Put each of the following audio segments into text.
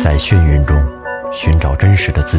在眩晕中寻找真实的自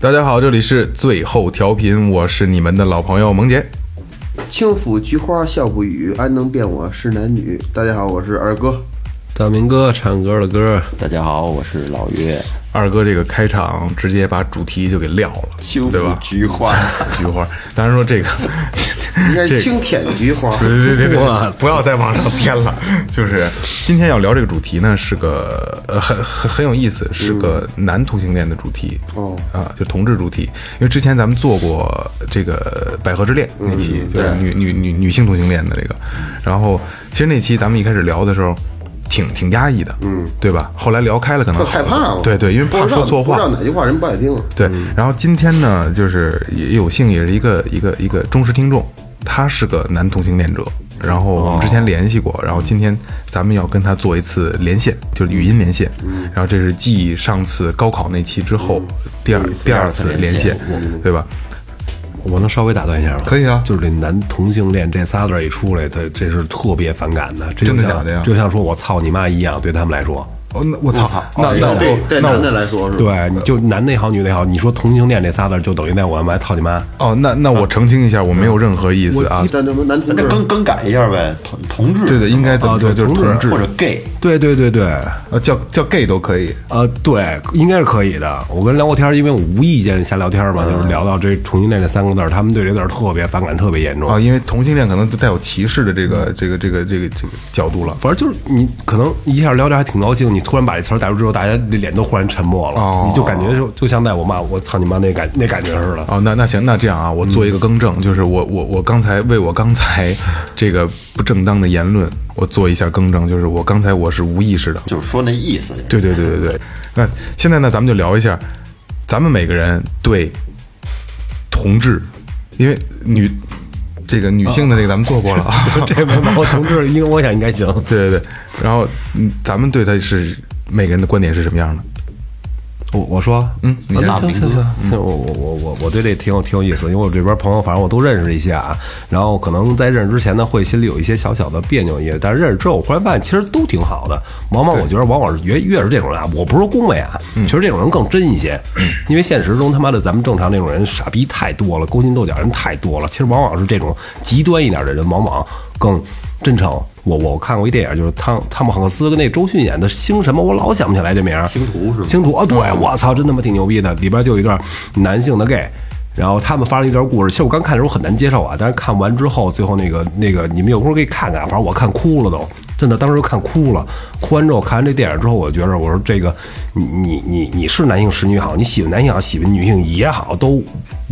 大家好，这里是最后调频，我是你们的老朋友萌杰。轻抚菊花笑不语，安能辨我是男女？大家好，我是二哥。大明哥唱歌的歌，大家好，我是老岳。二哥这个开场直接把主题就给撂了，轻对吧抚？菊花，菊花，当然说这个， 应该这是轻舔菊花。别别别别，不要再往上添了。就是今天要聊这个主题呢，是个呃很很很有意思，是个男同性恋的主题哦啊，就同志主题。因为之前咱们做过这个《百合之恋》那嗯期，就是女女女女性同性恋的这个。然后其实那期咱们一开始聊的时候。挺挺压抑的，嗯，对吧？后来聊开了，可能特害怕好了，对对，因为怕不知道说错话，不知道哪句话人不爱听。对，然后今天呢，就是也有幸也是一个一个一个忠实听众，他是个男同性恋者，然后我们之前联系过，然后今天咱们要跟他做一次连线，就是语音连线，然后这是继上次高考那期之后第二嗯第二次连线，嗯对吧？我能稍微打断一下吗？可以啊就是这男同性恋这仨字儿一出来，他这是特别反感的，这就真的像假的呀就像说我操你妈一样，对他们来说，哦，那我操，那那那对对那男的来嗯说是吧？对，你就男的也好，女的也好，你说同性恋这仨字儿，就等于在我们来操你妈。哦，那那我澄清一下，我没有任何意思啊一，旦什么男那同就志，更更改一下呗，同同志对的，应该怎么说就是同志或，者 gay，对对对对，呃，叫叫 gay 都可以，呃，对，应该是可以的。我跟人聊过天儿，因为我无意间瞎聊天儿嘛，嗯就是聊到这同性恋这三个字儿，他们对这字儿特别反感，特别严重啊，。因为同性恋可能都带有歧视的这个这个这个这个这个角度了。反正就是你可能一下聊着还挺高兴，你突然把这词儿打出之后，大家的脸都忽然沉默了，哦你就感觉就就像在我骂我操你妈那感那感觉似的。哦，那那行，那这样啊，我做一个嗯更正，就是我我我刚才为我刚才这个不正当的言论，我做一下更正，就是我刚才我是无意识的。就是说那意思。对对对对对。那现在呢，咱们就聊一下，咱们每个人对同志，因为女这个女性的这个咱们做过了啊， 这位毛同志，应我想应该行。对对对。然后嗯，咱们对她是每个人的观点是什么样的？我我说，嗯，你行先行行行，行我我我我我对这挺有挺有意思，因为我这边朋友反正我都认识一些啊，然后可能在认识之前呢，会心里有一些小小的别扭也，但是认识之后，我忽然发现其实都挺好的。往往我觉得往往是越越是这种人啊，我不是说恭维啊，其实这种人更真一些，因为现实中他妈的咱们正常这种人傻逼太多了，勾心斗角人太多了，其实往往是这种极端一点的人，往往更。真诚，我我看过一电影，就是汤汤姆汉克斯跟那周迅演的《星什么》，我老想不起来这名儿。星途是吗星途啊，对，我操，真他妈挺牛逼的。里边就有一段男性的 gay，然后他们发生一段故事。其实我刚看的时候很难接受啊，但是看完之后，最后那个那个，你们有空可以看看，反正我看哭了都，真的当时就看哭了。哭完之后，看完这电影之后，我觉着我说这个，你你你你是男性是女好，你喜欢男性也好，喜欢女性也好，都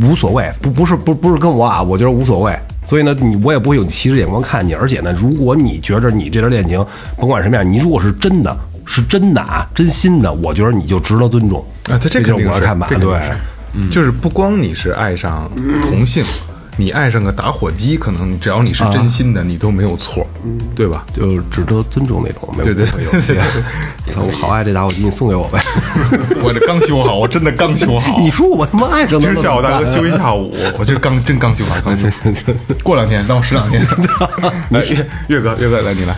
无所谓，不不是不不是跟我啊，我觉得无所谓。所以呢，你我也不会有歧视眼光看你，而且呢，如果你觉着你这段恋情，甭管什么样，你如果是真的，是真的啊，真心的，我觉得你就值得尊重啊，他这就肯是定我的是看法，这肯定对是，就是不光你是爱上同性，你爱上个打火机，可能只要你是真心的，你都没有错，对吧？就是值得尊重那种，没有对对没有别的。 操，我好爱这打火机，你送给我呗。我这刚修好，我真的刚修好 你说我他妈爱上今儿他了，下午大哥修一下午，我这刚真刚修好，刚修。 过两天，当十两 天。来，岳岳哥，岳哥来，你来。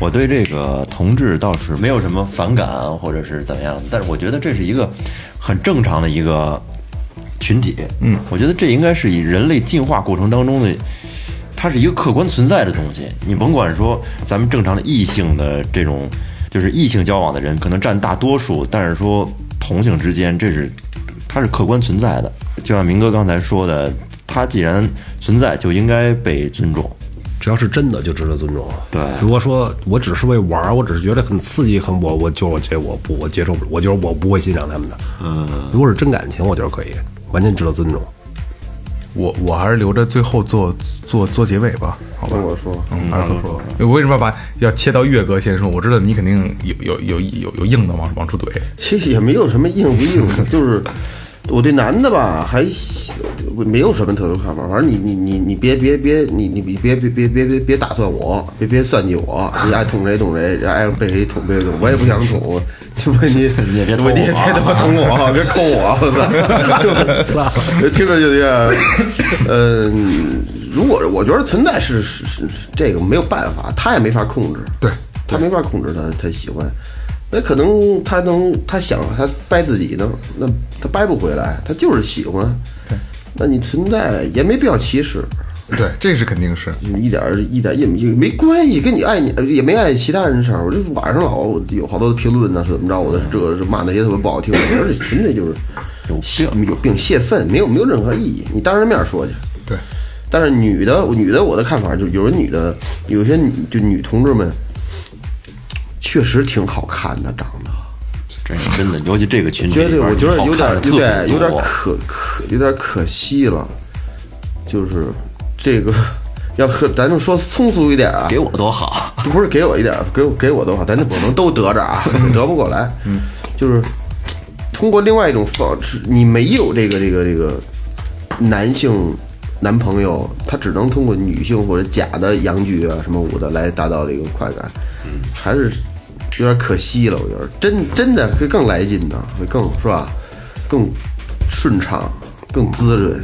我对这个同志倒是没有什么反感啊，或者是怎么样，但是我觉得这是一个很正常的一个群体。嗯，我觉得这应该是以人类进化过程当中的，它是一个客观存在的东西。你甭管说咱们正常的异性的这种，就是异性交往的人可能占大多数，但是说同性之间，这是它是客观存在的。就像明哥刚才说的，它既然存在，就应该被尊重。只要是真的就值得尊重。对如果说我只是为玩儿，我只是觉得很刺激，很我我就我这我不我接受不了，我觉得我不会欣赏他们的。嗯，如果是真感情，我觉得可以，完全值得尊重。我我还是留着最后做做做结尾吧，好吧听？我说，嗯，二哥说，我为什么要把要切到岳哥先说？我知道你肯定有有有有有硬的往往出怼，其实也没有什么硬 不硬，就是我对男的吧，还行没有什么特殊看法。反正你你你你别别别，你你你别别别别别别打算我，别别算计我，你爱捅谁捅谁，爱被谁捅被谁捅，我也不想捅。 就问你，你也别捅我啊捅你也别他妈捅我，啊别扣我，我操！ 我操，听 着就有点，嗯，如果我觉得存在是是是是这个没有办法，他也没法控制。对他没法控制他他喜欢，那可能他能他想他掰自己呢，那他掰不回来，他就是喜欢。那你存在也没必要歧视，对，这是肯定是。一点儿一点儿也也没关系，跟你爱你呃也没爱其他人的事儿。我这网上老有好多的评论呢、是怎么着？我的这个是骂那些特别不好听的，我说这纯粹就是有病，有病泄愤，没有没有任何意义。你当着面说去，对，但是女的，女的我的看法就是，有人女的，有些女就女同志们，确实挺好看的，长得真是真的，尤其这个群体绝里对，边，我觉得好有点看的特有点别有点多可可有点可惜了，就是这个，要是咱就说通俗一点啊，给我多好， 不是给我一点儿，给我给我的话，咱不能都得着 啊，得不过来。嗯，就是通过另外一种方式，你没有这个这个这个男性男朋友，他只能通过女性或者假的阳具啊什么舞的来达到这个快感，还是有点可惜了。我觉得真真的会更来劲呢，会更是吧，更顺畅，更滋润。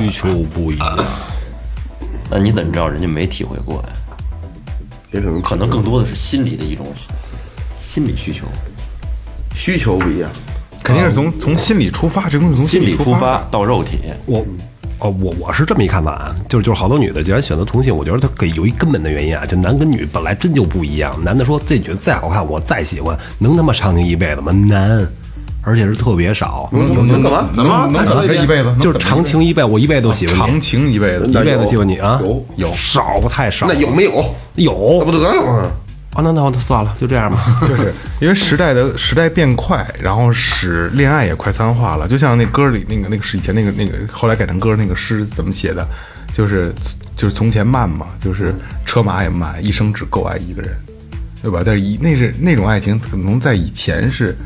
需求不一样。那你怎么知道人家没体会过呀？也可能可能更多的是心理的一种心理需求，需求不一样，肯定是从从心理出发，这东西从心理理出发。发到肉体， 我哦，我我是这么一看法啊，就是就是好多女的既然选择同性，我觉得她可以有一根本的原因啊，就男跟女本来真就不一样。男的说这女的再好看，我再喜欢，能他妈长情一辈子吗？难，而且是特别少，嗯能能干嘛？能能能等他一辈子，能就是等长情一辈，我一辈子都喜欢长你，情一辈子，一辈子喜欢你啊，有有少不太少，那有没有？有那不得了吗？啊？那那我算了，就这样吧。 就是因为时代的时代变快，然后使恋爱也快餐化了。就像那歌里那个那个是以前那个那个后来改成歌那个诗怎么写的，就是就是从前慢嘛，就是车马也慢，一生只够爱一个人，对吧？但是以那是那种爱情可能在以前是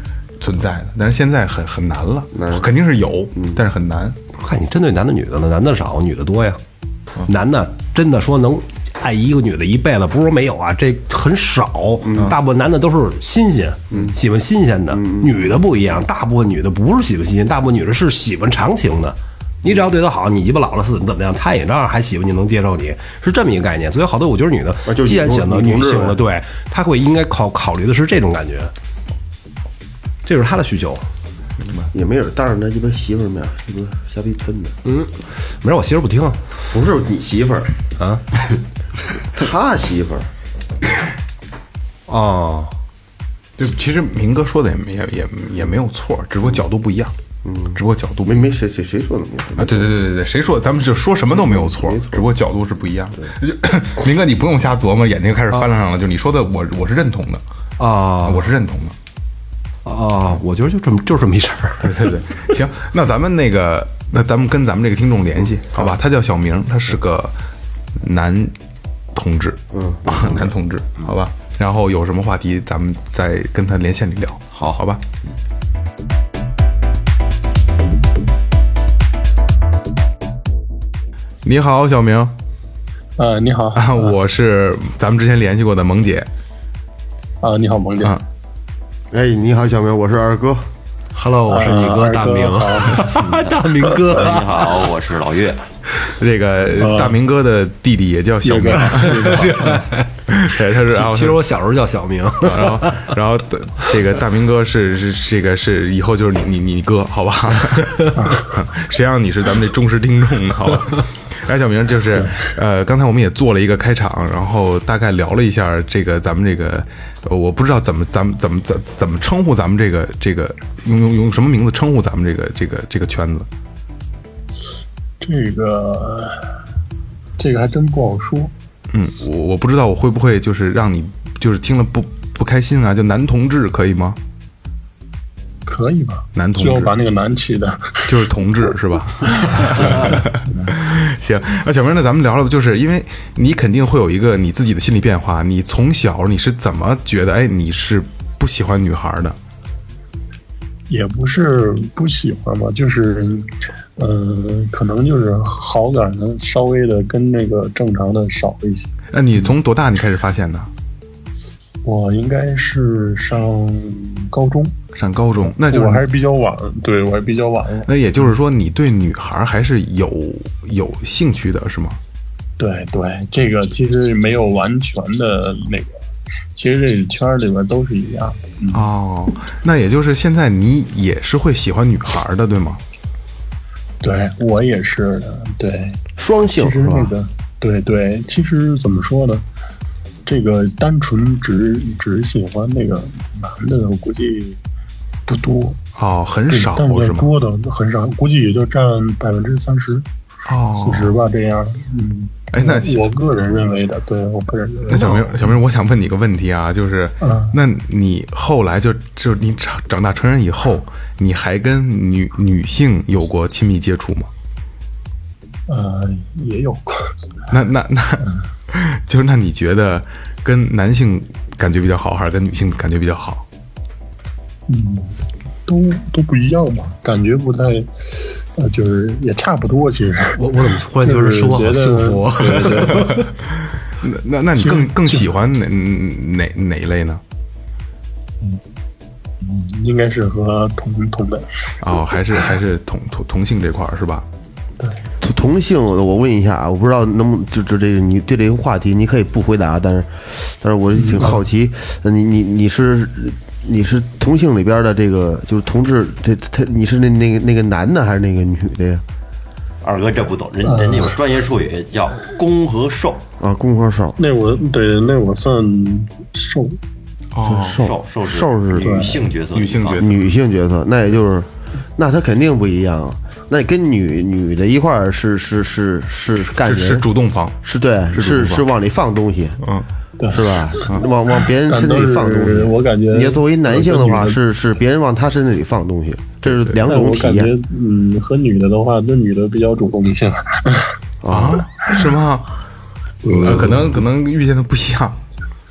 存在的，但是现在很很难了，肯定是有，但是很难。不是看你针对男的女的呢，男的少，女的多呀。嗯男的真的说能爱一个女的一辈子，不是说没有啊，这很少。嗯大部分男的都是新鲜，喜欢新鲜的。女的不一样，大部分女的不是喜欢新鲜，大部分女的是喜欢长情的。你只要对她好，你鸡巴老了是怎么怎么样，她也照样还喜欢你，能接受你，是这么一个概念。所以好多我觉得女的啊就，是既女然同选择女女同志性了，呗对，她会应该考考虑的是这种感觉，这是她的需求。也没准当着他鸡巴媳妇儿面，鸡巴瞎逼喷的。没事，我媳妇儿不听。不是你媳妇儿啊， 他媳妇儿，哦，对，其实明哥说的也也也也没有错，只不过角度不一样，嗯，只不过角度不一样。没没谁谁谁说的没有啊，对对对对对，谁说咱们就说什么都没有错，只不过角度是不一样的。就 明哥，你不用瞎琢磨，眼睛开始翻了上了。就你说的，我我是认同的啊我是认同的。啊，我觉得就这么就这么一事儿。对 对对，行，那咱们那个，那咱们跟咱们这个听众联系，好吧？他叫小明，他是个男同志，嗯， 男同志，好吧？然后有什么话题，咱们再跟他连线里聊，好好吧？你好，小明，呃，你好，啊，我是咱们之前联系过的萌姐啊，你好，萌姐，啊，哎，你好，小明，我是二哥。 Hello，我是你哥呃大二哥明， 大明喂哥，你好，我是老岳，这个大明哥的弟弟也叫小明， 对，他是然后其实我小时候叫小明，然后， 然后的这个大明哥是是这个是以后就是你你你哥，好吧？ 谁让你是咱们这忠实听众呢？好吧？ 哎，小明，就是呃，刚才我们也做了一个开场，然后大概聊了一下这个咱们这个，呃我不知道怎么咱们怎么怎么怎么称呼咱们这个这个用用用什么名字称呼咱们这个这个这个圈子。这个这个还真不好说，嗯，我我不知道我会不会就是让你就是听了不不开心啊？就男同志可以吗？可以吧？男同志最后把那个男起的，就是同志是吧？ 行，那小明，那咱们聊聊，就是因为你肯定会有一个你自己的心理变化，你从小你是怎么觉得，哎，你是不喜欢女孩的？也不是不喜欢吧，就是，呃，可能就是好感能稍微的跟那个正常的少一些。那你从多大你开始发现的？我应该是上高中，上高中，那就是我还是比较晚，对我还比较晚了。那也就是说，你对女孩还是有有兴趣的，是吗？对对，这个其实没有完全的那个，其实这圈儿里边都是一样的。嗯，哦，那也就是现在你也是会喜欢女孩的，对吗？对我也是的，对，双性其是实那吧？个，对对，其实怎么说呢？这个单纯只只喜欢那个男的，我估计不多，哦，很对少但是是吗？多的很少，估计也就占百分之三十、哦四，十吧，这样。嗯，哎那我我个人认为的，对我个人认为那的，小明，小明，我想问你一个问题啊，就是，嗯那你后来就就是你长长大成人以后，你还跟女女性有过亲密接触吗？呃，也有过。那那那， 就是那你觉得跟男性感觉比较好，还是跟女性感觉比较好？嗯，都都不一样嘛，感觉不太，呃，就是也差不多。 其实 我我怎么忽然觉就得是生活好觉得幸福啊？对对对那那那你更更喜欢哪哪哪一类呢？ 应该是和同同类。哦，还是还是同同同性这块儿是吧？同同性，我问一下啊，我不知道能不就就这个你对这个话题你可以不回答，但是但是我挺好奇，呃你你你是你是同性里边的这个就是同志，这他你是那那个那个男的还是那个女的呀？二哥这不懂，人人家有专业术语叫攻和受，啊，公和少，那我对那我算瘦，哦，受受是受是女性角色的一方，女性角色女性角色，那也就是，那他肯定不一样啊。那跟女女的一块儿是是是是干是人，是主动方，是对，是是主动啊是往里放东西，嗯，对是吧？往往别人但身体都里是放东西，我感觉你要作为男性的我跟女话，的是是别人往他身体里放东西，这是两但种我体感啊觉验。嗯，和女的的话，那女的比较主动一些。啊，是吗？嗯呃，可能可能遇见的不一样，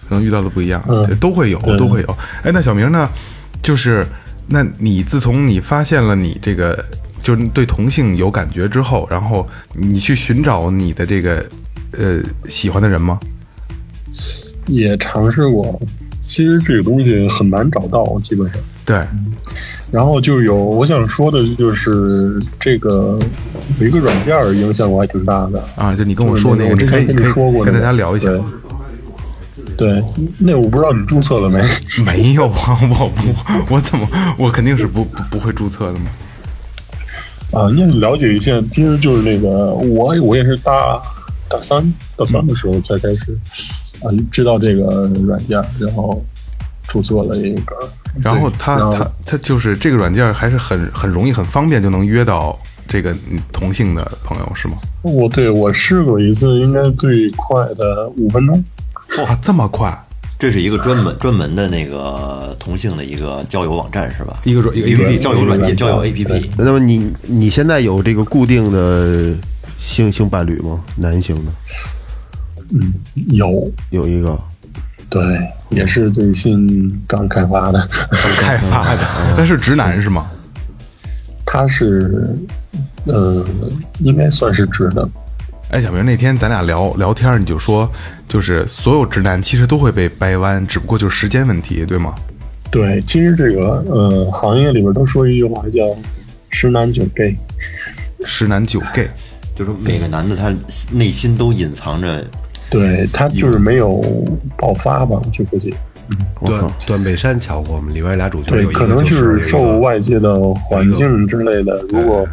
可能遇到的不一样，嗯对都会有，对都会有。哎，那小明呢？就是，那你自从你发现了你这个就是对同性有感觉之后，然后你去寻找你的这个呃喜欢的人吗？也尝试过，其实这个东西很难找到，基本上。对，然后就有我想说的就是这个有一个软件儿影响我还挺大的，啊，就你跟我说那对个，我之可以前跟可以说过的跟大家聊一下。对对，那我不知道你注册了没？没有啊， 我不，我怎么，我肯定是不不不会注册的嘛。啊，那了解一下，其实就是那个我我也是大大三大三的时候才开始啊知道这个软件，然后注册了一个，然后他然后他他就是这个软件还是很很容易很方便就能约到这个嗯同性的朋友是吗？我对我试过一次，应该最快的五分钟。哇，这么快！这是一个专门专门的那个同性的一个交友网站是吧？一个软一个 APP 交友软件、一个交友软 APP，那么你你现在有这个固定的性性伴侣吗？男性的嗯，有，有一个，对，也是最新刚开发的， 开发嗯的，但是直男是吗？它是，呃，应该算是直的，哎，小明，那天咱俩聊聊天儿，你就说，就是所有直男其实都会被掰弯，只不过就是时间问题，对吗？对，其实这个呃，行业里边都说一句话叫“十男九 gay”，十男九 gay，就是每个男的他内心都隐藏着对他就是没有爆发吧，嗯我就估计，断断背山瞧过，我们里边俩主角对，有一可个能就是有一受个外界的环境之类的，如果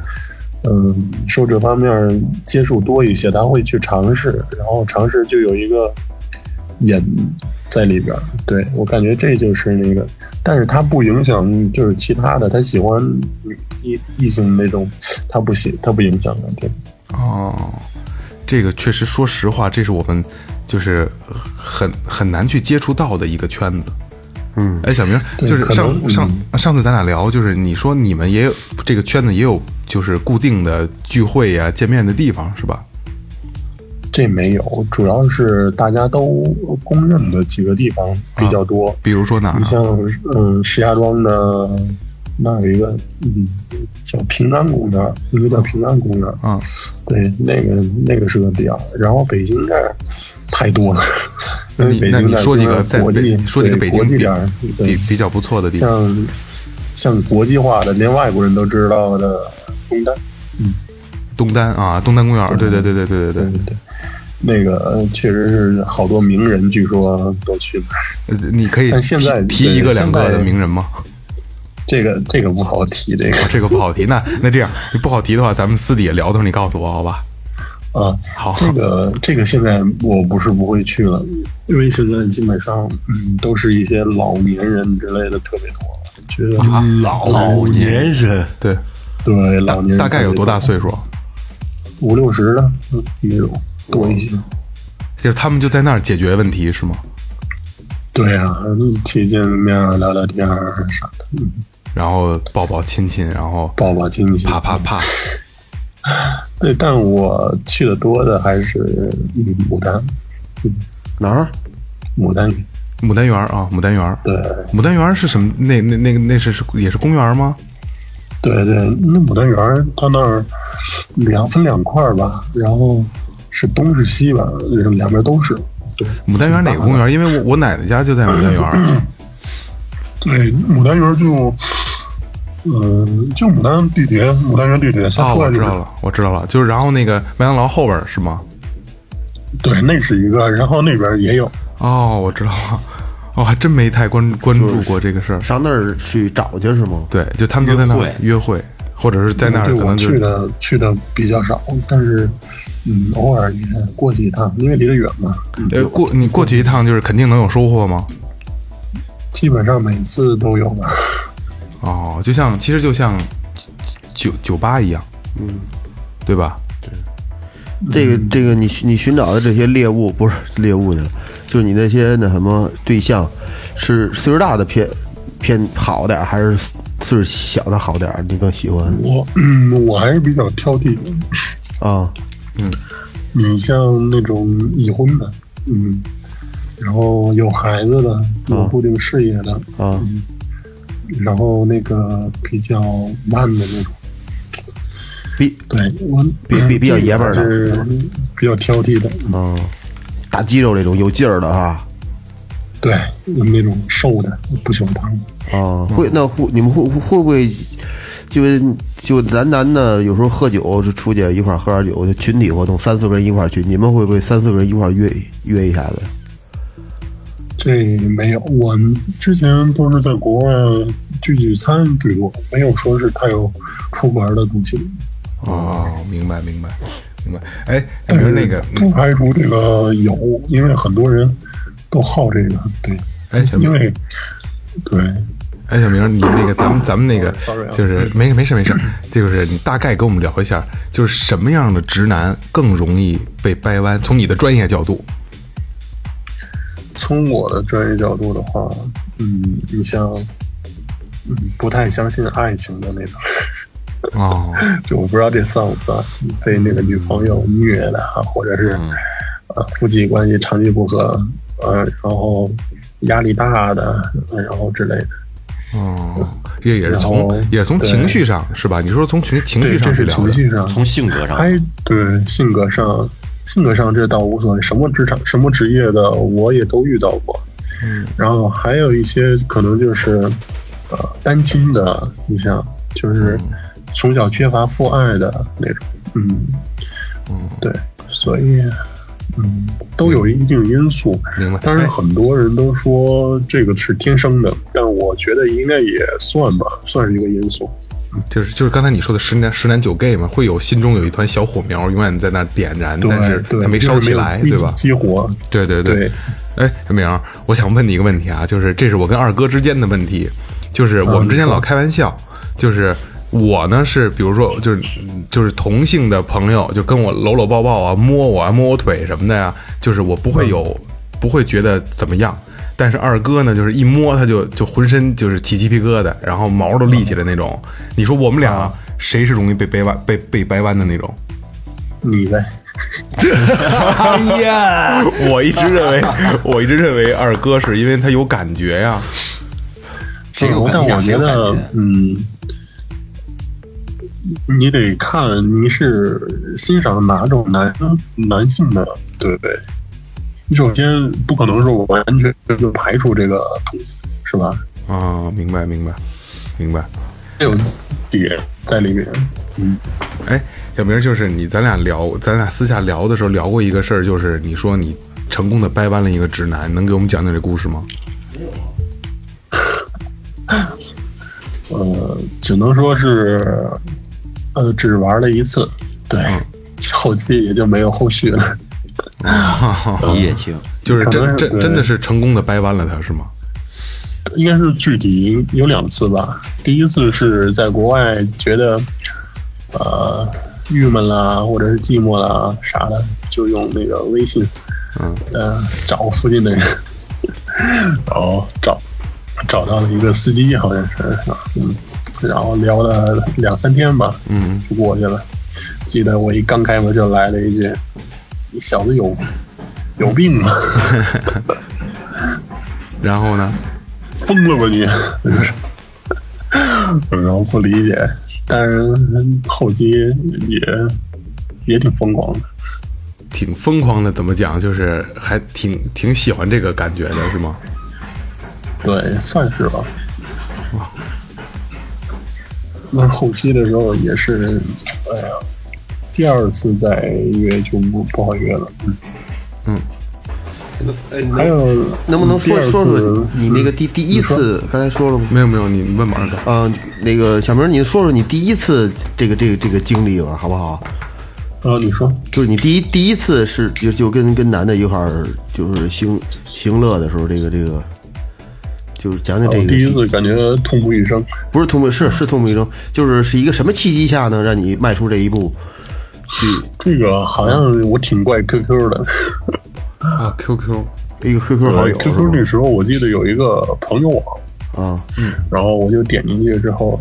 嗯、受这方面接触多一些，他会去尝试，然后嗯尝试就有一个瘾在里边儿。对我感觉这就是那个，但是他不影响就是其他的，他喜欢异异性那种，他不喜他不影响的，对。哦，这个确实，说实话，这是我们就是很很难去接触到的一个圈子。嗯，哎，小明，对就是可上能嗯上上次咱俩聊，就是你说你们也有这个圈子也有就是固定的聚会呀、见面的地方是吧？这没有，主要是大家都公认的几个地方比较多。比如说哪儿你？像嗯石家庄的那有一个嗯叫平安公园，一个叫平安公园，啊，对，那个那个是个比较。然后北京这儿太多了，那因为你 北那京你这儿说几个就是在国际北，说几个北对国京际比点儿比对比较不错的地方？像像国际化的，连外国人都知道的东单，东单啊，东单公园，对对对对对对嗯对对对对。那个呃确实是好多名人，据说都去那儿。呃，你可以但现在提提对一个两个现在的名人吗？ 这个这个不好提，这个这个不好提。那那这样不好提的话，咱们私底下聊的时候你告诉我好吧？啊，好，这个这个现在我不是不会去了，因为现在基本上嗯都是一些老年人之类的特别多，觉得、老啊老年人，对，对老年人大概有多大岁？岁数？五六十的嗯也有多一些。就是他们就在那儿解决问题是吗？对啊，见见面儿聊聊天儿啥的，嗯然后抱抱亲亲，然后抱抱亲戚。啪啪啪，对，但我去的多的还是嗯牡丹，哪儿？牡丹园牡丹园啊，牡丹园，对牡丹园是什么？那那那那是是也是公园吗？对对，那牡丹园儿它那儿两分两块儿吧，然后是东是西吧，两边都是。对牡丹园哪个公园？因为我我奶奶家就在牡丹园，对，牡丹园儿就，嗯、就牡丹地铁，牡丹园地铁，啊，它出我来就知是、道了，我知道了，就是然后那个麦当劳后边儿是吗？对，那是一个，然后那边也有，哦，我知道了， 我、还真没太关关注过这个事儿。上那儿去找去是吗？对，就他们就在那儿约会，或者是在那儿对可我能就去的去的比较少，但是嗯，偶尔也过去一趟，因为离得远嘛。呃过你过去一趟，就是肯定能有收获吗？基本上每次都有吧。哦，就像其实就像酒酒吧一样，嗯，对吧？这嗯个这个你你寻找的这些猎物不是猎物去了，就是你那些那什么对象，是岁数大的偏偏好点儿，还是岁数小的好点儿？你更喜欢我嗯，我还是比较挑剔的。啊？你像那种已婚的，嗯，然后有孩子的，有固定事业的，啊嗯，然后那个比较慢的那种，比对我比比比较爷们儿的的，比较挑剔的，啊，大肌肉这种有劲儿的哈对那种瘦的不喜欢胖的。嗯啊，会那会你们会会会不会就就咱男的有时候喝酒就出去一块儿喝点酒，就群体活动三四个人一块儿去，你们会不会三四个人一块儿约约一下子？这没有，我们之前都是在国外聚聚餐最多，没有说是太有出格的东西。哦，明白明白明白。哎，比如那个，不排除这个有，因为很多人都好这个，对，哎，小因明，为对，哎，小明，你那个咱们咱们那个 Sorry 啊就是没没事没事，就是你大概跟我们聊一下，就是什么样的直男更容易被掰弯？从你的专业角度，从我的专业角度的话，嗯，你像，嗯，不太相信爱情的那种，哦，就我不知道这算不算被那个女朋友虐的啊，或者嗯是呃夫妻关系长期不和，呃，然后压力大的，然后之类的，哦，这也是从然后也是从情绪上是吧？你说从情情绪对，这上去是聊情的，绪上，从性格啊上，还哎对性格上，性格上这倒无所谓，什么职场、什么职业的我也都遇到过。嗯，然后还有一些可能就是，呃，单亲的，你像就是嗯从小缺乏父爱的那种，嗯，嗯对，所以。嗯，都有一定因素。明白当然，哎很多人都说这个是天生的，但我觉得应该也算吧，算是一个因素。就是就是刚才你说的十男十男九 gay 嘛，会有心中有一团小火苗，永远在那儿点燃，对但是对，它没就是烧起有来，激对吧？激活，对对对对。哎，小明儿，我想问你一个问题啊，就是这是我跟二哥之间的问题，就是我们之间老开玩笑，就是我呢是比如说就是就是同性的朋友就跟我搂搂抱抱啊，摸我啊，摸我腿什么的呀、就是我不会有、不会觉得怎么样。但是二哥呢，就是一摸他就就浑身就是起鸡皮疙瘩，然后毛都立起来那种。你说我们俩谁是容易被掰弯、被被掰弯的那种？你呗，哎呀， 我一直认为，我一直认为二哥是因为他有感觉呀。谁有嗯但感觉？我谁觉有感得觉？，嗯，你得看你是欣赏哪种男男性的，对不对？你首先不可能说我完全就排除这个途径，是吧？啊，明白，明白，明白。这有点在里面。哎，小明，就是你，咱俩聊，咱俩私下聊的时候聊过一个事儿，就是你说你成功的掰弯了一个直男，能给我们讲讲这故事吗？呃，只能说是，呃，只玩了一次，对，嗯后期也就没有后续了。一夜情，就是可能真是真对真的是成功的掰弯了他，是吗？应该是具体有两次吧。第一次是在国外觉得，呃，郁闷啦，或者是寂寞啦啥的，就用那个微信，嗯，呃，找附近的人，然后找找到了一个司机，好像是，嗯，然后聊了两三天吧，嗯，就过去了。记得我一刚开门就来了一句：“你小子有有病吧？然后呢？疯了吧你？ 然后不理解，但是后期也也挺疯狂的。挺疯狂的，怎么讲？就是还挺挺喜欢这个感觉的，是吗？对，算是吧。那后期的时候也是，哎呀，第二次再约就不不好约了。嗯嗯哎，能还有能不能嗯第说二次嗯说说你那个第第一次？刚才说了吗？没有没有，你你问吧，二哥。呃，那个小明，你说说你第一次这个这个这个经历吧，好不好？啊？你说就是你第一第一次是就就跟跟男的一块儿就是行行乐的时候，这个这个，就是讲讲我这个。哦第一次感觉痛不欲生，不是痛不是是痛不欲生，就是是一个什么契机下呢，让你迈出这一步？去这个好像我挺怪 QQ 的。啊，QQ，一个 QQ 好友是 QQ 吧？那时候我记得有一个朋友网，啊，然后我就点进去之后，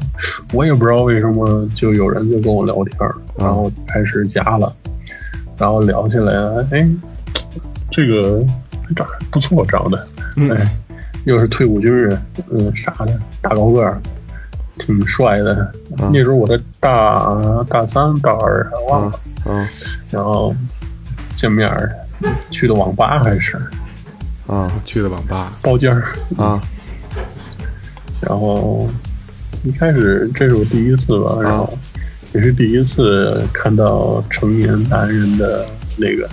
我也不知道为什么就有人就跟我聊天儿，然后开始加了，然后聊起来，哎，这个长得不错，长得，哎，又是退伍军人，嗯，啥的，大高个儿，挺帅的。那时候我在大大三、大二，忘了。啊然后见面儿，去的网吧还是啊去的网吧，包间儿。啊然后一开始这是我第一次啊吧，然后也是第一次看到成年男人的那个，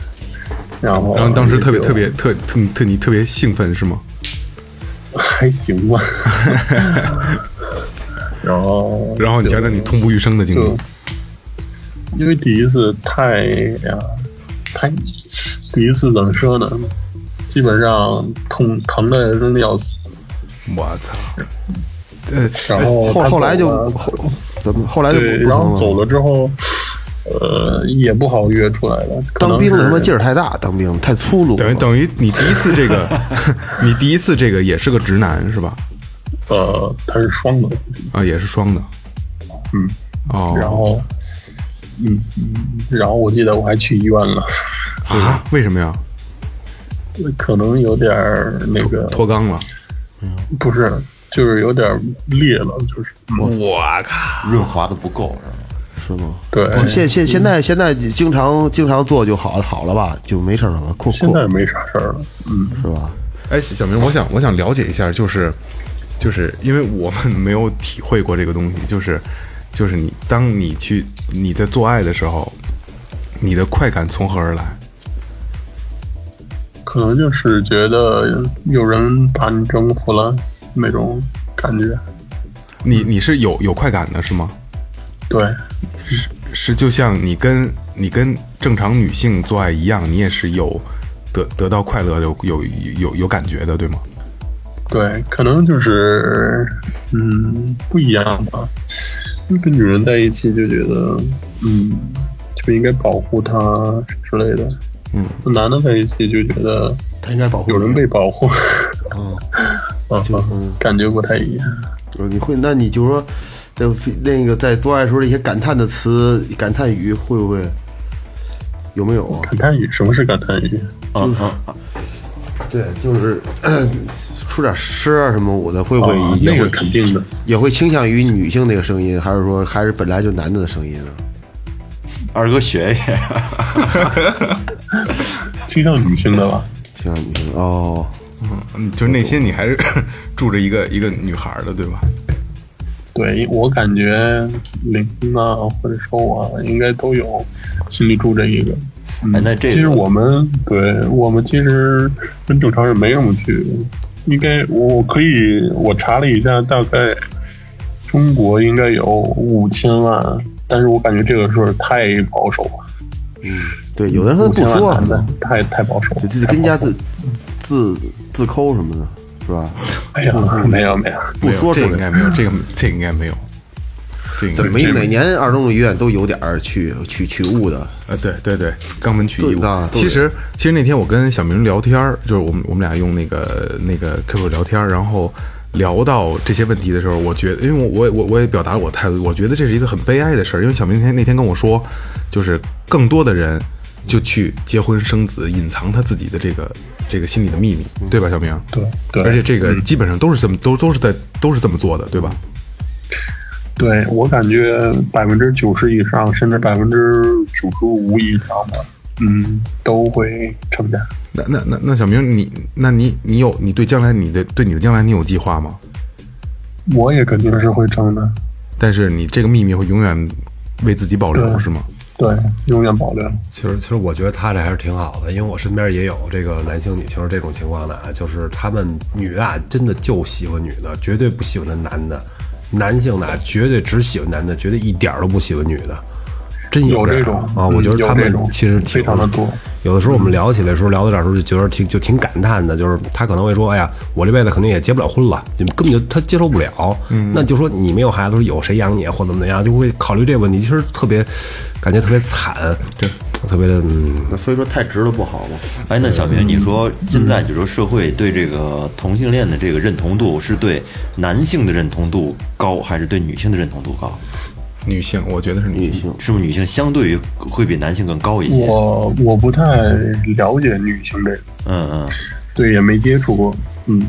然后然后当时特别也就特别特特特你特别兴奋是吗？还 行吧，然后然后你讲讲你痛不欲生的经就历。因为第一次太哎呀、太第一次怎么说呢，基本上痛疼的真的要死，我操！呃，然后后后来就他走了后怎么后来就对，不啊然后疼走了？了之后，呃，也不好约出来了。可能当兵的是他妈劲儿太大，当兵太粗鲁了。等于等于你第一次这 个，你第一次这个也是个直男是吧？呃，他是双的，啊，也是双的。嗯，哦，然后，嗯，然后我记得我还去医院了，啊，为什么呀？可能有点儿那个，脱肛了。不是，就是有点儿裂了，就是，我靠！润滑的不够，是吧是吗？对，哦现现现在现在经常经常做就好好了吧，就没事儿了吧？酷现酷在没啥事儿了，嗯，是吧？哎，小明，我想我想了解一下，就是就是因为我们没有体会过这个东西，就是就是你当你去你在做爱的时候，你的快感从何而来？可能就是觉得有人把你征服了那种感觉，你你是有有快感的是吗？对，是就像你跟你跟正常女性做爱一样，你也是有得得到快乐有有有有感觉的，对吗？对，可能就是，嗯，不一样吧。跟女人在一起就觉得，嗯，就应该保护她之类的，嗯，男的被也就觉得他应该保护有人你被保护，啊。啊，嗯感觉不太一样。就是你会，那你就说，这那个在做爱时候的一些感叹的词、感叹语，会不会有没有啊？感叹语，什么是感叹语？嗯啊嗯，对，就是咳出点诗啊什么我的，会不会啊也那会、个肯定的，也会倾向于女性那个声音，还是说还是本来就男的的声音啊？二哥学学，倾向女性的吧？倾向女性哦，嗯，就是内心你还是 住着一个一个女孩儿的，对吧？对我感觉林呐，或者说我应该都有心里住着一个。嗯哎那这个其实我们对我们其实跟正常人没什么区别。应该我我可以我查了一下，大概中国应该有五千万，但是我感觉这个数儿太保守了，对，有的人他五不嗯千说、万啊男，的太太保守了就，自己太跟保家守了自自自抠什么的，是吧？哎呀，没有没有，不说没出有这个应该来，没有，这个这个应该没有，这个应该怎么这个哪年二中的医院都有点儿取取取物的，呃，对对对，肛门取对异物那。对其实其实那天我跟小明聊天儿，就是我们我们俩用那个那个 QQ 聊天儿，然后聊到这些问题的时候，我觉得，因为我我也我我也表达了我的态度，我觉得这是一个很悲哀的事儿，因为小明那天那天跟我说，就是更多的人就去结婚生子，隐藏他自己的这个这个心里的秘密，对吧，小明？对对，而且这个基本上都是这么都都是在都是这么做的，对吧？对我感觉百分之九十以上，甚至百分之九十五以上的，嗯，都会成家。那那那那小明，你那你你有你对将来你的对你的将来你有计划吗？我也肯定是会成的，但是你这个秘密会永远为自己保留，对是吗？对，永远保留。其实，其实我觉得他这还是挺好的，因为我身边也有这个男性、女性这种情况的啊，就是他们女的啊，真的就喜欢女的，绝对不喜欢那男的；男性的啊，绝对只喜欢男的，绝对一点儿都不喜欢女的。真有这这种种啊，我觉得嗯有他这们种其实挺非常的多。有的时候我们聊起来的时候，聊到这儿的时候就觉得挺就挺感叹的，就是他可能会说：“哎呀，我这辈子肯定也结不了婚了，你们根本就他接受不了。”嗯那就说你没有孩子，说有谁养你啊或怎么怎么样，就会考虑这个问题，其实特别感觉特别惨，对，特别的嗯。那所以说太直了不好嘛。哎，那小明，你说现在就说社会对这个同性恋的这个认同度是对男性的认同度高，还是对女性的认同度高？女性，我觉得是女性。是不是女性相对于会比男性更高一些？我我不太了解女性这个，嗯对，也没接触过。嗯，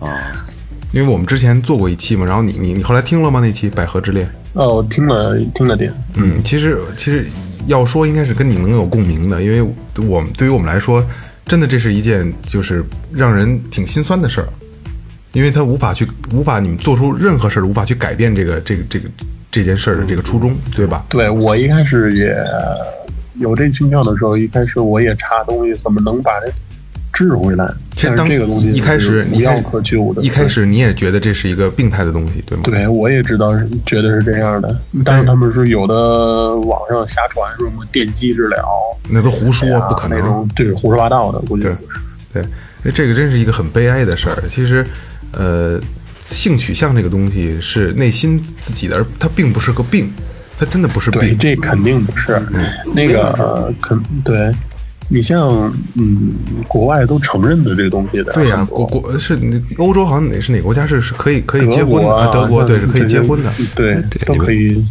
嗯啊，因为我们之前做过一期嘛，然后你你你后来听了吗？那期《百合之恋》？哦，我听了听了点，嗯，其实其实要说应该是跟你能有共鸣的，因为我们对于我们来说，真的这是一件就是让人挺心酸的事儿，因为他无法去无法你们做出任何事儿，无法去改变这个这个这个这件事儿的这个初衷，对吧？嗯对我一开始也有这倾向的时候，一开始我也查东西，怎么能把这治回来？其实但当是这个东西一开是始无你药开可救的，一开对始你也觉得这是一个病态的东西，对吗？对，我也知道是觉得是这样的，嗯但是他们说有的网上瞎传说什么电击治疗，那都胡说哎呀，不可能。那种，对，胡说八道的，估计对对，那这个真是一个很悲哀的事儿。其实，呃，性取向这个东西是内心自己的，而它并不是个病，它真的不是对，病。这肯定不是嗯那个呃肯对。你像嗯，国外都承认的这个东西的，对呀、很多国国是欧洲好像哪是哪个国家是是可以可以结婚的，啊啊德国对是可以结婚的。，嗯对，都你们可以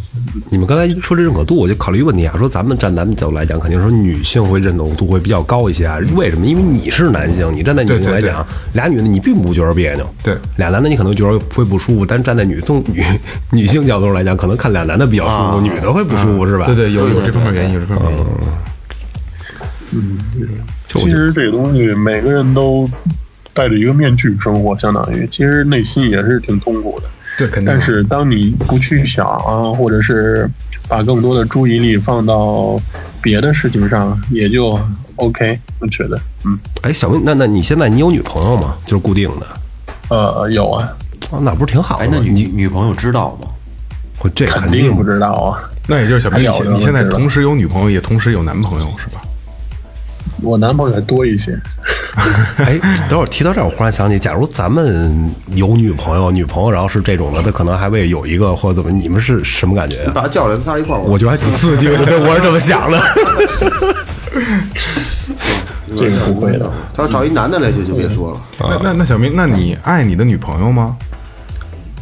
你们刚才说这认可度，我就考虑一个问题啊，说咱们站咱们角度来讲，肯定说女性会认同度会比较高一些啊。为什么？因为你是男性，你站在女性来讲，俩女的你并不觉得别扭，对俩男的你可能觉得会不舒服，但站在女动女女性角度来讲，可能看俩男的比较舒服，女的会不舒服，是吧？对对，有有这方面原因，有这方面嗯原因。其实这个东西每个人都戴着一个面具生活，相当于其实内心也是挺痛苦的。对，肯定。但是当你不去想啊，或者是把更多的注意力放到别的事情上，也就 OK。我觉得，嗯，哎，小明，那那你现在你有女朋友吗？就是固定的，呃，有啊，哦，那不是挺好的哎吗？，那女你女朋友知道吗？我这肯肯定定不知道啊。那也就是小明，你还有现呢你现在我知道同时有女朋友，也同时有男朋友，是吧？我男朋友还多一些，哎，等会儿提到这儿，我忽然想起，假如咱们有女朋友，女朋友然后是这种的，她可能还会有一个或者怎么，你们是什么感觉呀、啊把他叫来，仨一块儿玩。我觉得还挺刺激的，对我是这么想的。这个不会的。他要找一男的来就就别说了，啊那那那小明，那你爱你的女朋友吗？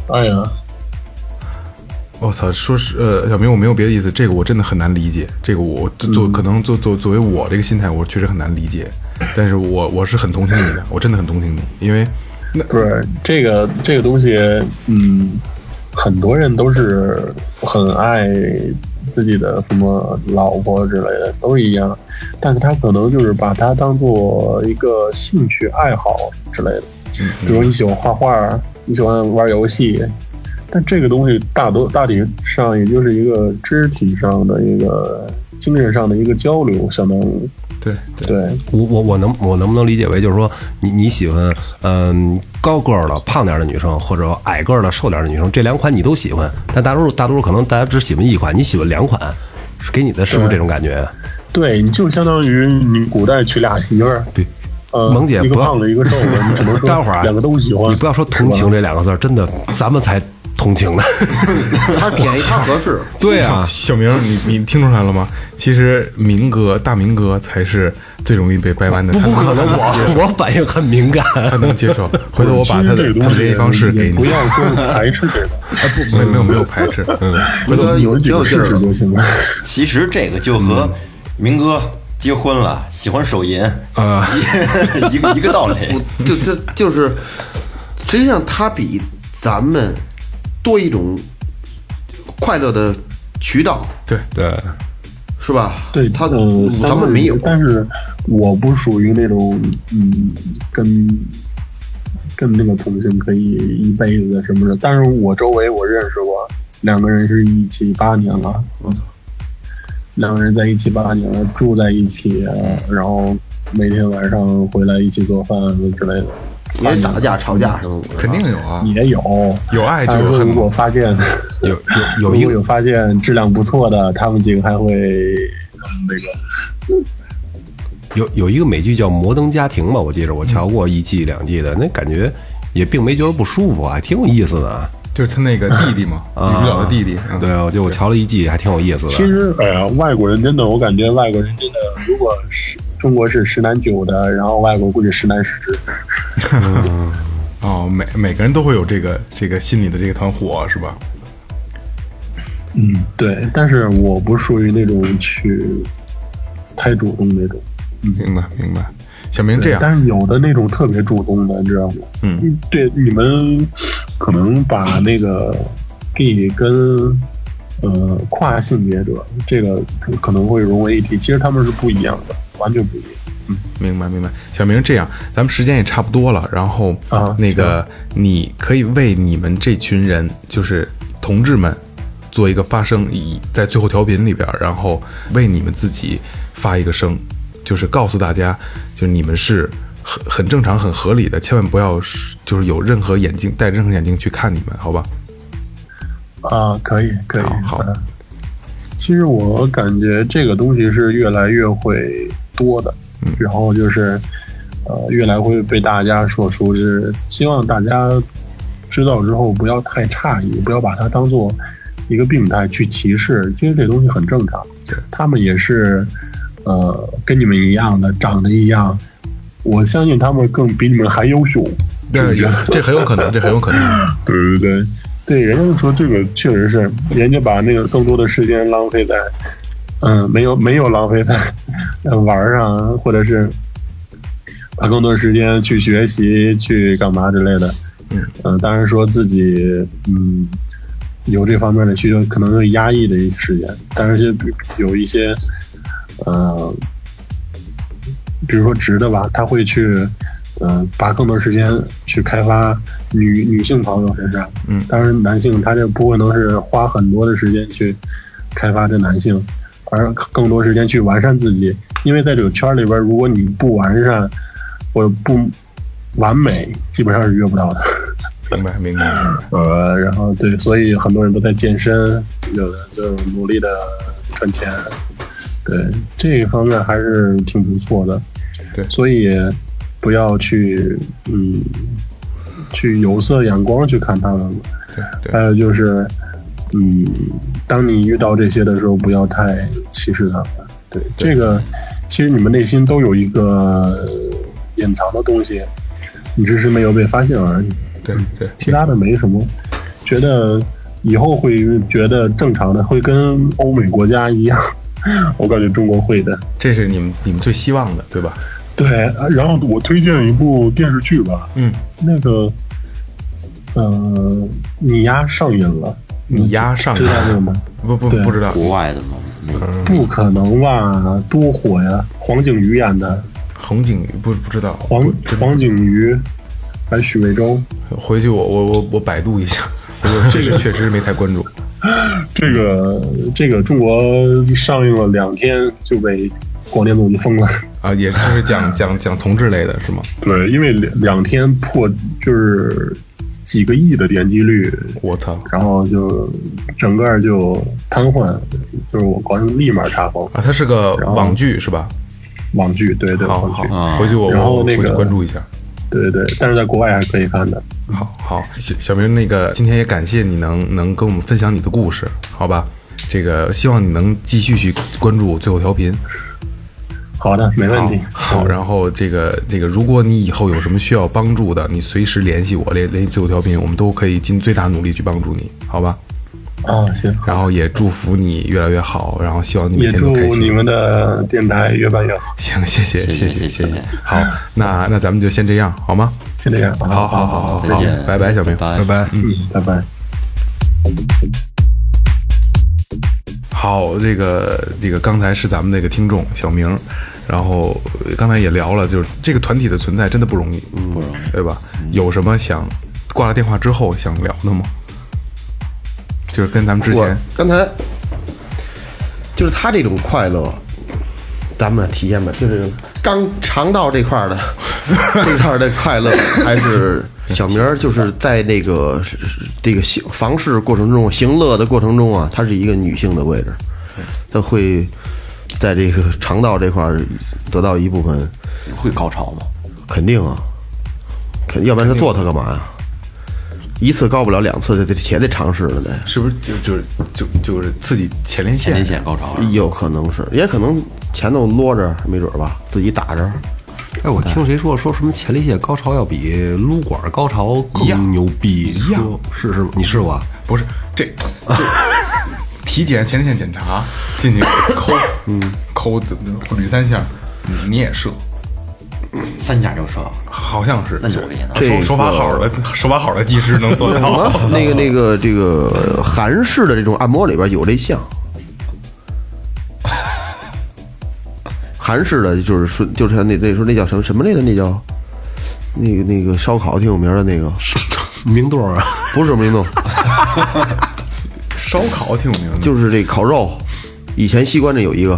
哎呀，我操，说是呃，小明，我没有别的意思，这个我真的很难理解。这个我作作可能作作作为我这个心态，我确实很难理解。但是我我是很同情你的，我真的很同情你，因为对这个这个东西，嗯，很多人都是很爱自己的什么老婆之类的，都一样，但是他可能就是把它当做一个兴趣爱好之类的，比如你喜欢画画，你喜欢玩游戏，但这个东西大多大体上也就是一个肢体上的一个精神上的一个交流，相当于对对。 我我我能我能不能理解为就是说你你喜欢嗯、高个儿的胖点儿的女生或者矮个儿的瘦点儿的女生这两款你都喜欢，但大多数大多数可能大家只喜欢一款，你喜欢两款，是给你的是不是这种感 觉？对，你就相当于你古代娶俩媳妇儿，对，呃，萌姐一个不要胖子一个瘦子，你只能说 待会儿啊两个都喜欢。你不要说同情这两个字儿，真的，咱们才同情呢。 他便宜他合适，对啊，小明，你你听出来了吗？其实明哥大明哥才是最容易被掰弯的，不他不能可能，我 我反应很敏感。他能接受。回头我把他其的实这个他东的西联系方式给你不。要说排斥这个， 啊不，没没有没有排斥，嗯，明哥有几挺有个劲试儿试的，就行了。 其实这个就和明哥结婚了，喜欢手淫啊， 一个一个道理。不就这就是，实际上他比咱们多一种快乐的渠道，对，对，是吧？对他嗯，咱们没有，但是我不属于那种嗯，跟跟那个同性可以一辈子什么的。但是我周围我认识过两个人是一起八年了，两个人在一起八年了，住在一起，然后每天晚上回来一起做饭之类的，也打架吵架什么的，肯定有啊，也有。有爱就但有是恨嘛如果。发现有有有如一果个有发现质量不错的，他们几个还会嗯那个。有有一个美剧叫《摩登家庭》吧，我记着我瞧过一季两季的，那感觉也并没觉得不舒服，啊还挺有意思的。就是他那个弟弟嘛，啊女主角的弟弟，嗯对，啊我就我瞧了一季，还挺有意思其的。实，哎呀，外国人真的，我感觉外国人真的，如果是中国是十男九的，然后外国估计十男十。哦，每每个人都会有这个这个心里的这个团火，是吧？嗯，对。但是我不属于那种去太主动那种。明白明白。小明这样，但是有的那种特别主动的，你知道吗？嗯，对，你们可能把那个 gay 跟呃跨性别者这个可能会融为一体，其实他们是不一样的，完全不一样。明白明白。小明这样，咱们时间也差不多了，然后啊那个你可以为你们这群人，就是同志们，做一个发声，以在最后调频里边，然后为你们自己发一个声，就是告诉大家，就你们是。很很正常、很合理的，千万不要是就是有任何眼镜戴任何眼镜去看你们，好吧？啊，可以，可以，好好嗯其实我感觉这个东西是越来越会多的，嗯然后就是呃，越来会被大家所熟知。希望大家知道之后不要太诧异，不要把它当做一个病态去歧视。其实这东西很正常，他们也是呃跟你们一样的，长得一样。我相信他们更比你们还优秀。这这很有可能，这很有可能。对对对，对，人家说这个确实是，人家把那个更多的时间浪费在，嗯，没有没有浪费在 呃玩儿上，或者是把更多的时间去学习、去干嘛之类的。嗯、当然说自己嗯有这方面的需求，可能会压抑的一些时间，但是就有一些呃，比如说直的吧，他会去。嗯，把更多时间去开发女女性朋友身上，嗯当然男性他就不可能是花很多的时间去开发这男性，而更多时间去完善自己，因为在这个圈儿里边儿，如果你不完善或者不完美，基本上是约不到的。明白，明白，明白。呃，然后对，所以很多人都在健身，有的就努力的赚钱，对这一方面还是挺不错的。对所以不要去嗯，去有色眼光去看他们了。对还有就是，嗯，当你遇到这些的时候，不要太歧视他们。对，这个其实你们内心都有一个隐藏的东西，你只是没有被发现而已。对对，其他的没什么。觉得以后会觉得正常的，会跟欧美国家一样。我感觉中国会的。这是你们你们最希望的，对吧？对，呃然后我推荐一部电视剧吧，嗯，那个，呃，你丫上瘾了，你压啊上嗯知道这个吗？不不对不知道，国外的吗？没不可能吧，多火呀！黄景瑜演的，红警不不知道，黄不知道黄景瑜，还有许魏洲，回去我我我我百度一下， 我这个确实没太关注。这个这个中国上映了两天就被广电总局封了。啊，也就是讲讲讲同志类的是吗？对，因为两两天破就是几个亿的点击率，我操然后就整个就瘫痪，就是我管立马查封啊，它是个网剧是吧？网剧，对对，好网剧，好，回去我然后我回那个嗯去关注一下。对对，但是在国外还是可以看的。好好，小小明，那个今天也感谢你能能跟我们分享你的故事，好吧？这个希望你能继续去关注最后调频，好的，没问题。好，好然后这个这个，如果你以后有什么需要帮助的，你随时联系我，联联系最后调频，我们都可以尽最大努力去帮助你，好吧？啊，行，然后也祝福你越来越好，然后希望你每也天都祝开心。你们的电台越办越好，行，谢谢，谢谢谢，谢谢好，那那咱们就先这样，好吗？就这样。好，好，好，好，再好见，拜拜，小明，拜拜拜。嗯，拜拜。好，这个这个刚才是咱们那个听众小明，然后呃刚才也聊了，就是这个团体的存在真的不容易，嗯不容易，对嗯吧？有什么想挂了电话之后想聊的吗？就是跟咱们之我前，刚才就是他这种快乐，咱们体验吧，就是刚肠道这块儿的这块儿的快乐，还是小明儿就是在那个是是这个行房事过程中、行乐的过程中啊，她是一个女性的位置，她会在这个肠道这块儿得到一部分会高潮吗？肯定啊，肯要不然她做它干嘛呀？一次高不了两次，得得且得尝试了得。是不是就就是就就是自己前列前腺列腺高潮是吧有可能是，也可能前头摞着，没准儿吧，自己打着。哎，我听谁说说什么前列腺高潮要比撸管高潮一样更牛逼？一样说是是吗，你试过啊？不是这 这体检前列腺检查进去抠，嗯，抠捋三下，你你也射，三下就射了，好像是，那牛逼呢？这手手法个好的手法好的技师能做 什到么。啊那个那个这个韩式的这种按摩里边有这项，韩式的就是顺就是那那时候那叫什么什么来着？那叫那个那个烧烤挺有名的那个，明洞啊，不是什么运动，烧烤挺有名的，就是这烤肉。以前西关这有一个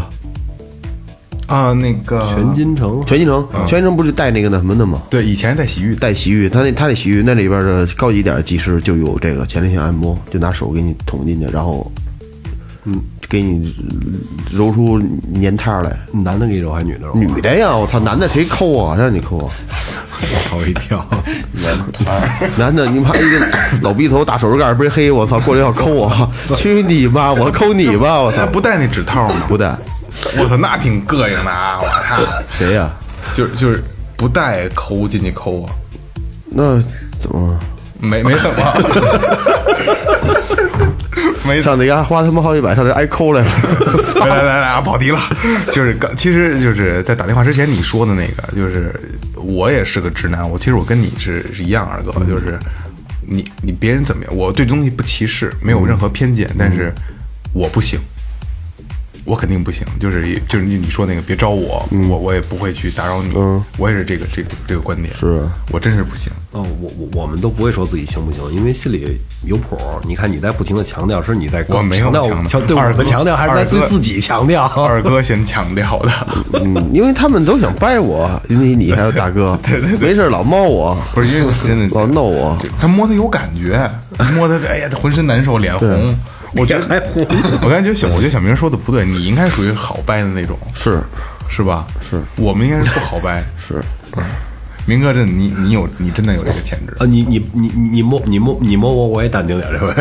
啊，那个全金城，全金城，全金城不是带那个那什么的吗？对，以前在洗浴带洗浴，他那他那洗浴那里边的高级点儿技师就有这个前列腺按摩，就拿手给你捅进去，然后，嗯，给你揉出粘塌儿来。嗯男的给你揉还是女的揉？女的呀，我操，男的谁抠啊？让你抠啊？吓我一跳。男的，你妈一个老逼头，大手指盖儿倍儿黑，我操，过来要抠我，去你妈，我抠你吧，我操他，哎不戴那指套 吗？不带我操，那挺膈应的啊！我操，谁呀、就是就是不戴抠进去抠啊，那怎么没没怎么，没怎么上那家花他妈好几百上那挨抠来了？ 来来来来啊，跑题了。就是刚，其实就是在打电话之前你说的那个，就是我也是个直男，我其实我跟你是是一样，二哥，就是你你别人怎么样，我对东西不歧视，没有任何偏见，但是我不行。我肯定不行，就是也就是你你说那个别招我，我我也不会去打扰你，我也是这个这个这个观点，是我真是不行，哦，我我我们都不会说自己行不行，因为心里有谱儿。你看你在不停的强调，是你在我没有强调强调强对我二哥们强调，还是在对二哥自己强调？二哥先强调的，嗯，因为他们都想掰我，你你还有大哥，没事儿老猫我，不是因为真的老闹我。就他摸他有感觉，摸他哎呀，他浑身难受，脸红。我觉得，我感觉小，我觉得小明说的不对，你应该属于好掰的那种，是是吧？是，我们应该是不好掰。是，明哥，这你你有你真的有这个潜质。啊，你你你你摸你摸你摸我，我也淡定点这回。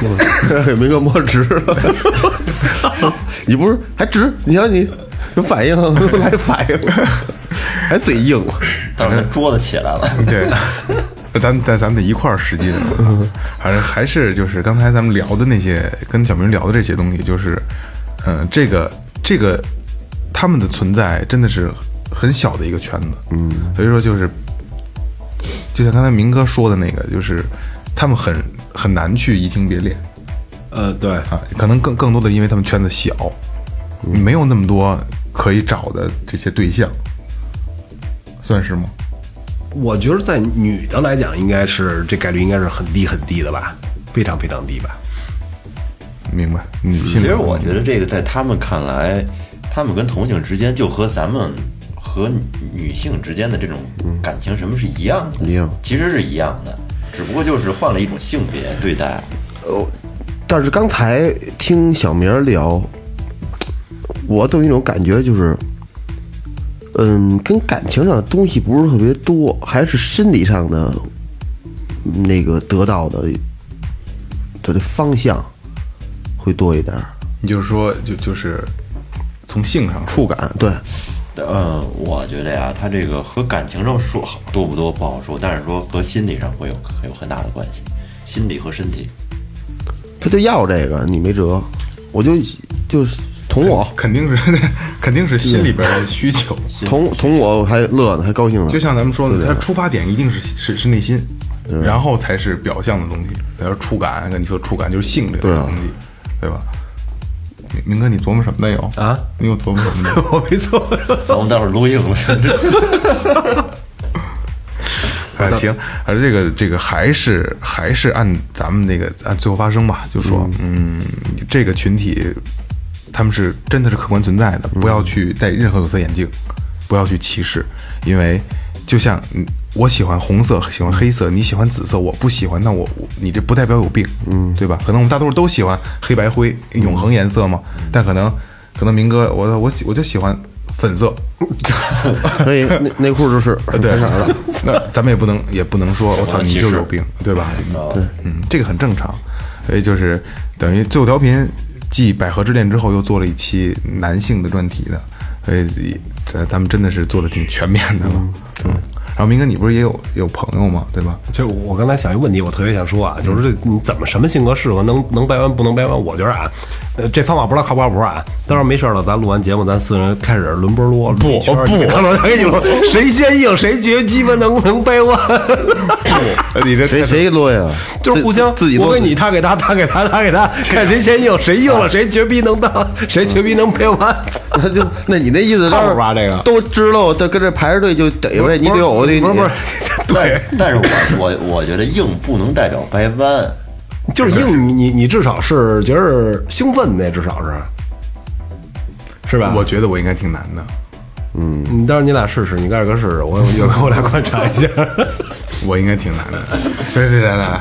给哥摸直了。你不是还直？你瞧你有反应， 来反应，还嘴硬。但是桌子起来了。 对，咱们咱咱们得一块儿使劲，反正还是就是刚才咱们聊的那些，跟小明聊的这些东西，就是，嗯、这个这个他们的存在真的是很小的一个圈子，嗯，所以说就是，就像刚才明哥说的那个，就是他们很很难去移情别恋，呃，对，啊，可能更更多的因为他们圈子小，没有那么多可以找的这些对象，算是吗？ 我觉得在女的来讲，应该是这概率应该是很低很低的吧，非常非常低吧。 明白，女性。其实我觉得这个在他们看来，他们跟同性之间就和咱们和女性之间的这种感情什么是嗯一样的，其实是一样的，只不过就是换了一种性别对待。但是刚才听小明儿聊，我总有一种感觉，就是，嗯，跟感情上的东西不是特别多，还是身体上的嗯那个得到的的方向会多一点儿，你就是说，就就是从性上触感啊对，嗯，我觉得呀，他这个和感情上说好多不多不好说，但是说和心理上会有有很大的关系，心理和身体。他就要这个，你没辙，我就就是捅我，肯定是 肯定是心里边的需求。捅捅我我还乐呢，还高兴呢，就像咱们说的，它出发点一定是是是内心，然后才是表象的东西，比如说触感，跟你说触感就是性这对个啊东西，对吧？明明哥，你琢磨什么呢？有啊？你有琢磨什么呢？我没错， 咱们待会儿录音 了，哎，行，而这个这个还是还是按咱们那个按最后发生吧，就说嗯这个群体他们是真的是客观存在的，不要去戴任何有色眼镜，不要去歧视，因为就像嗯我喜欢红色，喜欢黑色，你喜欢紫色，我不喜欢，那我我你这不代表有病，嗯，对吧？可能我们大多数都喜欢黑白灰永恒颜色嘛，但可能可能明哥我我喜我就喜欢粉色，所 以内内裤就是呃对， 那咱们也不能也不能说我操你就是有病，对吧？对，嗯，这个很正常。所以就是等于最后调频继《百合之恋》之后，又做了一期男性的专题的，所以咱咱们真的是做的挺全面的了。嗯，然后明哥，你不是也有有朋友吗？对吧？就是我刚才想一问题，我特别想说啊，就是这你怎么什么性格适合，能能掰弯不能掰弯？我觉得啊，呃，这方法不知道靠不靠谱啊。到时候没事了，咱录完节目，咱四个人开始轮播撸，不不，我跟你说， 谁先硬谁觉鸡巴能能掰弯，呃 你这谁谁落呀？就是互相自己自己 我都给你，他给他，他给他，他给他，啊看谁先硬，谁硬了谁绝逼能当，谁绝逼能掰弯。那就那你那意思靠都谱是吧这个都知道，都跟这排着队就逮呗，你不得是有我得不是你不是， 对，嗯但是我我我觉得硬不能代表掰弯。就是硬，你你你至少是觉得兴奋的，至少是，是吧？我觉得我应该挺难的，你到时候你俩试试，你跟二哥试试，我有空我俩观 察一下。我应该挺难的。 所以这咱俩，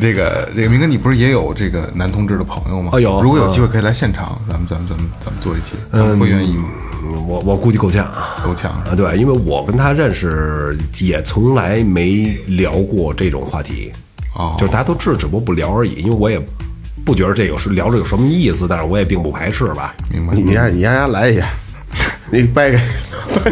这个这个明哥，你不是也有这个男同志的朋友吗？哦有如果有机会可以来现场，咱们咱们咱们咱们做一期，他嗯们会愿意吗？嗯我我估计够呛够呛是吧啊，对，因为我跟他认识也从来没聊过这种话题，哦就是大家都知道，只不过不聊而已。因为我也不觉得这有是聊着有什么意思，但是我也并不排斥吧。明白？你让你让人家来 一下，你掰开，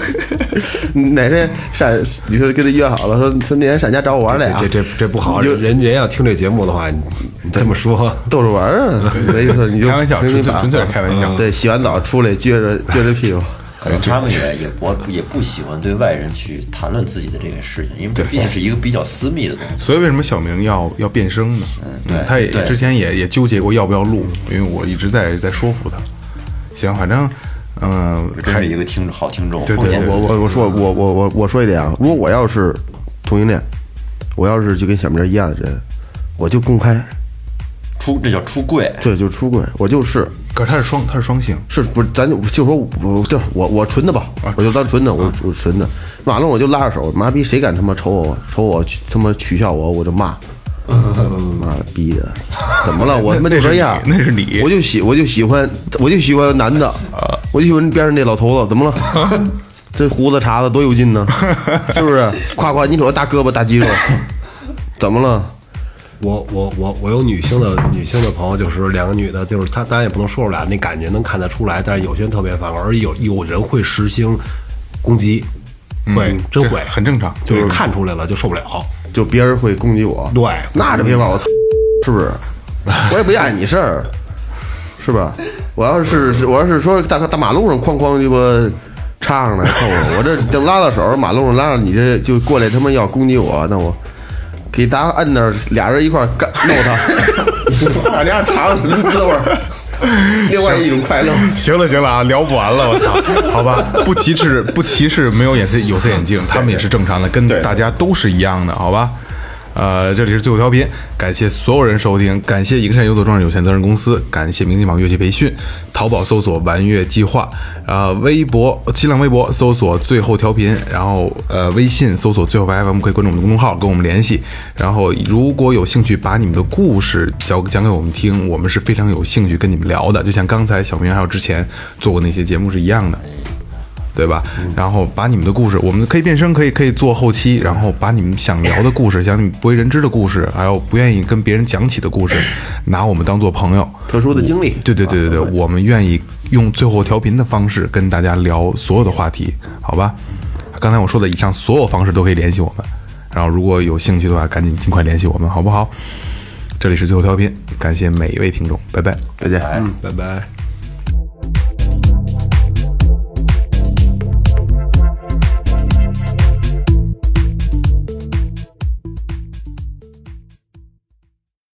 哪天上你说跟他约好了，说说那天上家找我玩来啊，这这这不好，你就人人人要听这节目的话，你你这么说，逗着玩儿 啊，没意思，你就开玩笑，随纯便粹把纯粹是开玩笑。嗯对，洗完澡出来撅着撅着屁股，可能他们也也不也不喜欢对外人去谈论自己的这个事情，因为这毕竟是一个比较私密的东 西。所以为什么小明要要变声呢？嗯对他也对之前也也纠结过要不要录，因为我一直在在说服他。行，反正嗯，真还是一个听好听众，对对奉献自己我我我说我我我我说一点啊，如果我要是同性恋，我要是就跟小明一样的人，我就公开，出这叫出柜，这就出柜，我就是。可是他是双他是双性，是不是？咱就就说我就是我我纯的吧，啊我就当纯的，我我纯的。马路我就拉着手，妈逼谁敢他妈瞅我瞅我他妈取笑我，我就 骂。妈逼的，怎么了？我他妈就这样，那是你那是你我就喜我就喜欢我就喜欢男的，我就喜欢边上那老头子，怎么了？这胡子茬子多有劲呢，是不是？夸夸你瞅这大胳膊大肌肉，怎么了？我我我我有女性的女性的朋友，就是两个女的，就是她当然也不能说出来，那感觉能看得出来，但是有些人特别反感，而有有人会实行攻击，会、真这会，很正常就是看出来了就受不了。就别人会攻击我，对那这别管我操，是 不是？我也不碍你事儿，是吧？我要是是我要是说大大马路上哐哐鸡巴插上来扣我，我这等拉到手，马路上拉上你这就过来他妈要攻击我，那我给大家摁那儿，俩人一块儿干弄他， 把俩人肠子撕会儿，另外一种快乐。行了行了啊，聊不完了，我操， 好吧，不歧视 不歧视没有眼色有色眼镜，他们也是正常的，跟大家都是一样的，好吧？呃，这里是最后调频，感谢所有人收听，感谢营山优作装饰有限责任公司，感谢明星网乐器培训，淘宝搜索“玩乐计划”，呃，微博新浪微博搜索“最后调频”，然后呃，微信搜索“最后 FM”，可以关注我们的公众号，跟我们联系。然后如果有兴趣把你们的故事讲讲给我们听，我们是非常有兴趣跟你们聊的，就像刚才小明还有之前做过那些节目是一样的。对吧？然后把你们的故事，我们可以变声，可以可以做后期，然后把你们想聊的故事，想你们不为人知的故事，还有不愿意跟别人讲起的故事，拿我们当做朋友。特殊的经历，对对对对对，我们愿意用最后调频的方式跟大家聊所有的话题，好吧？刚才我说的以上所有方式都可以联系我们，然后如果有兴趣的话，赶紧尽快联系我们，好不好？这里是最后调频，感谢每一位听众，拜拜。再见。拜拜。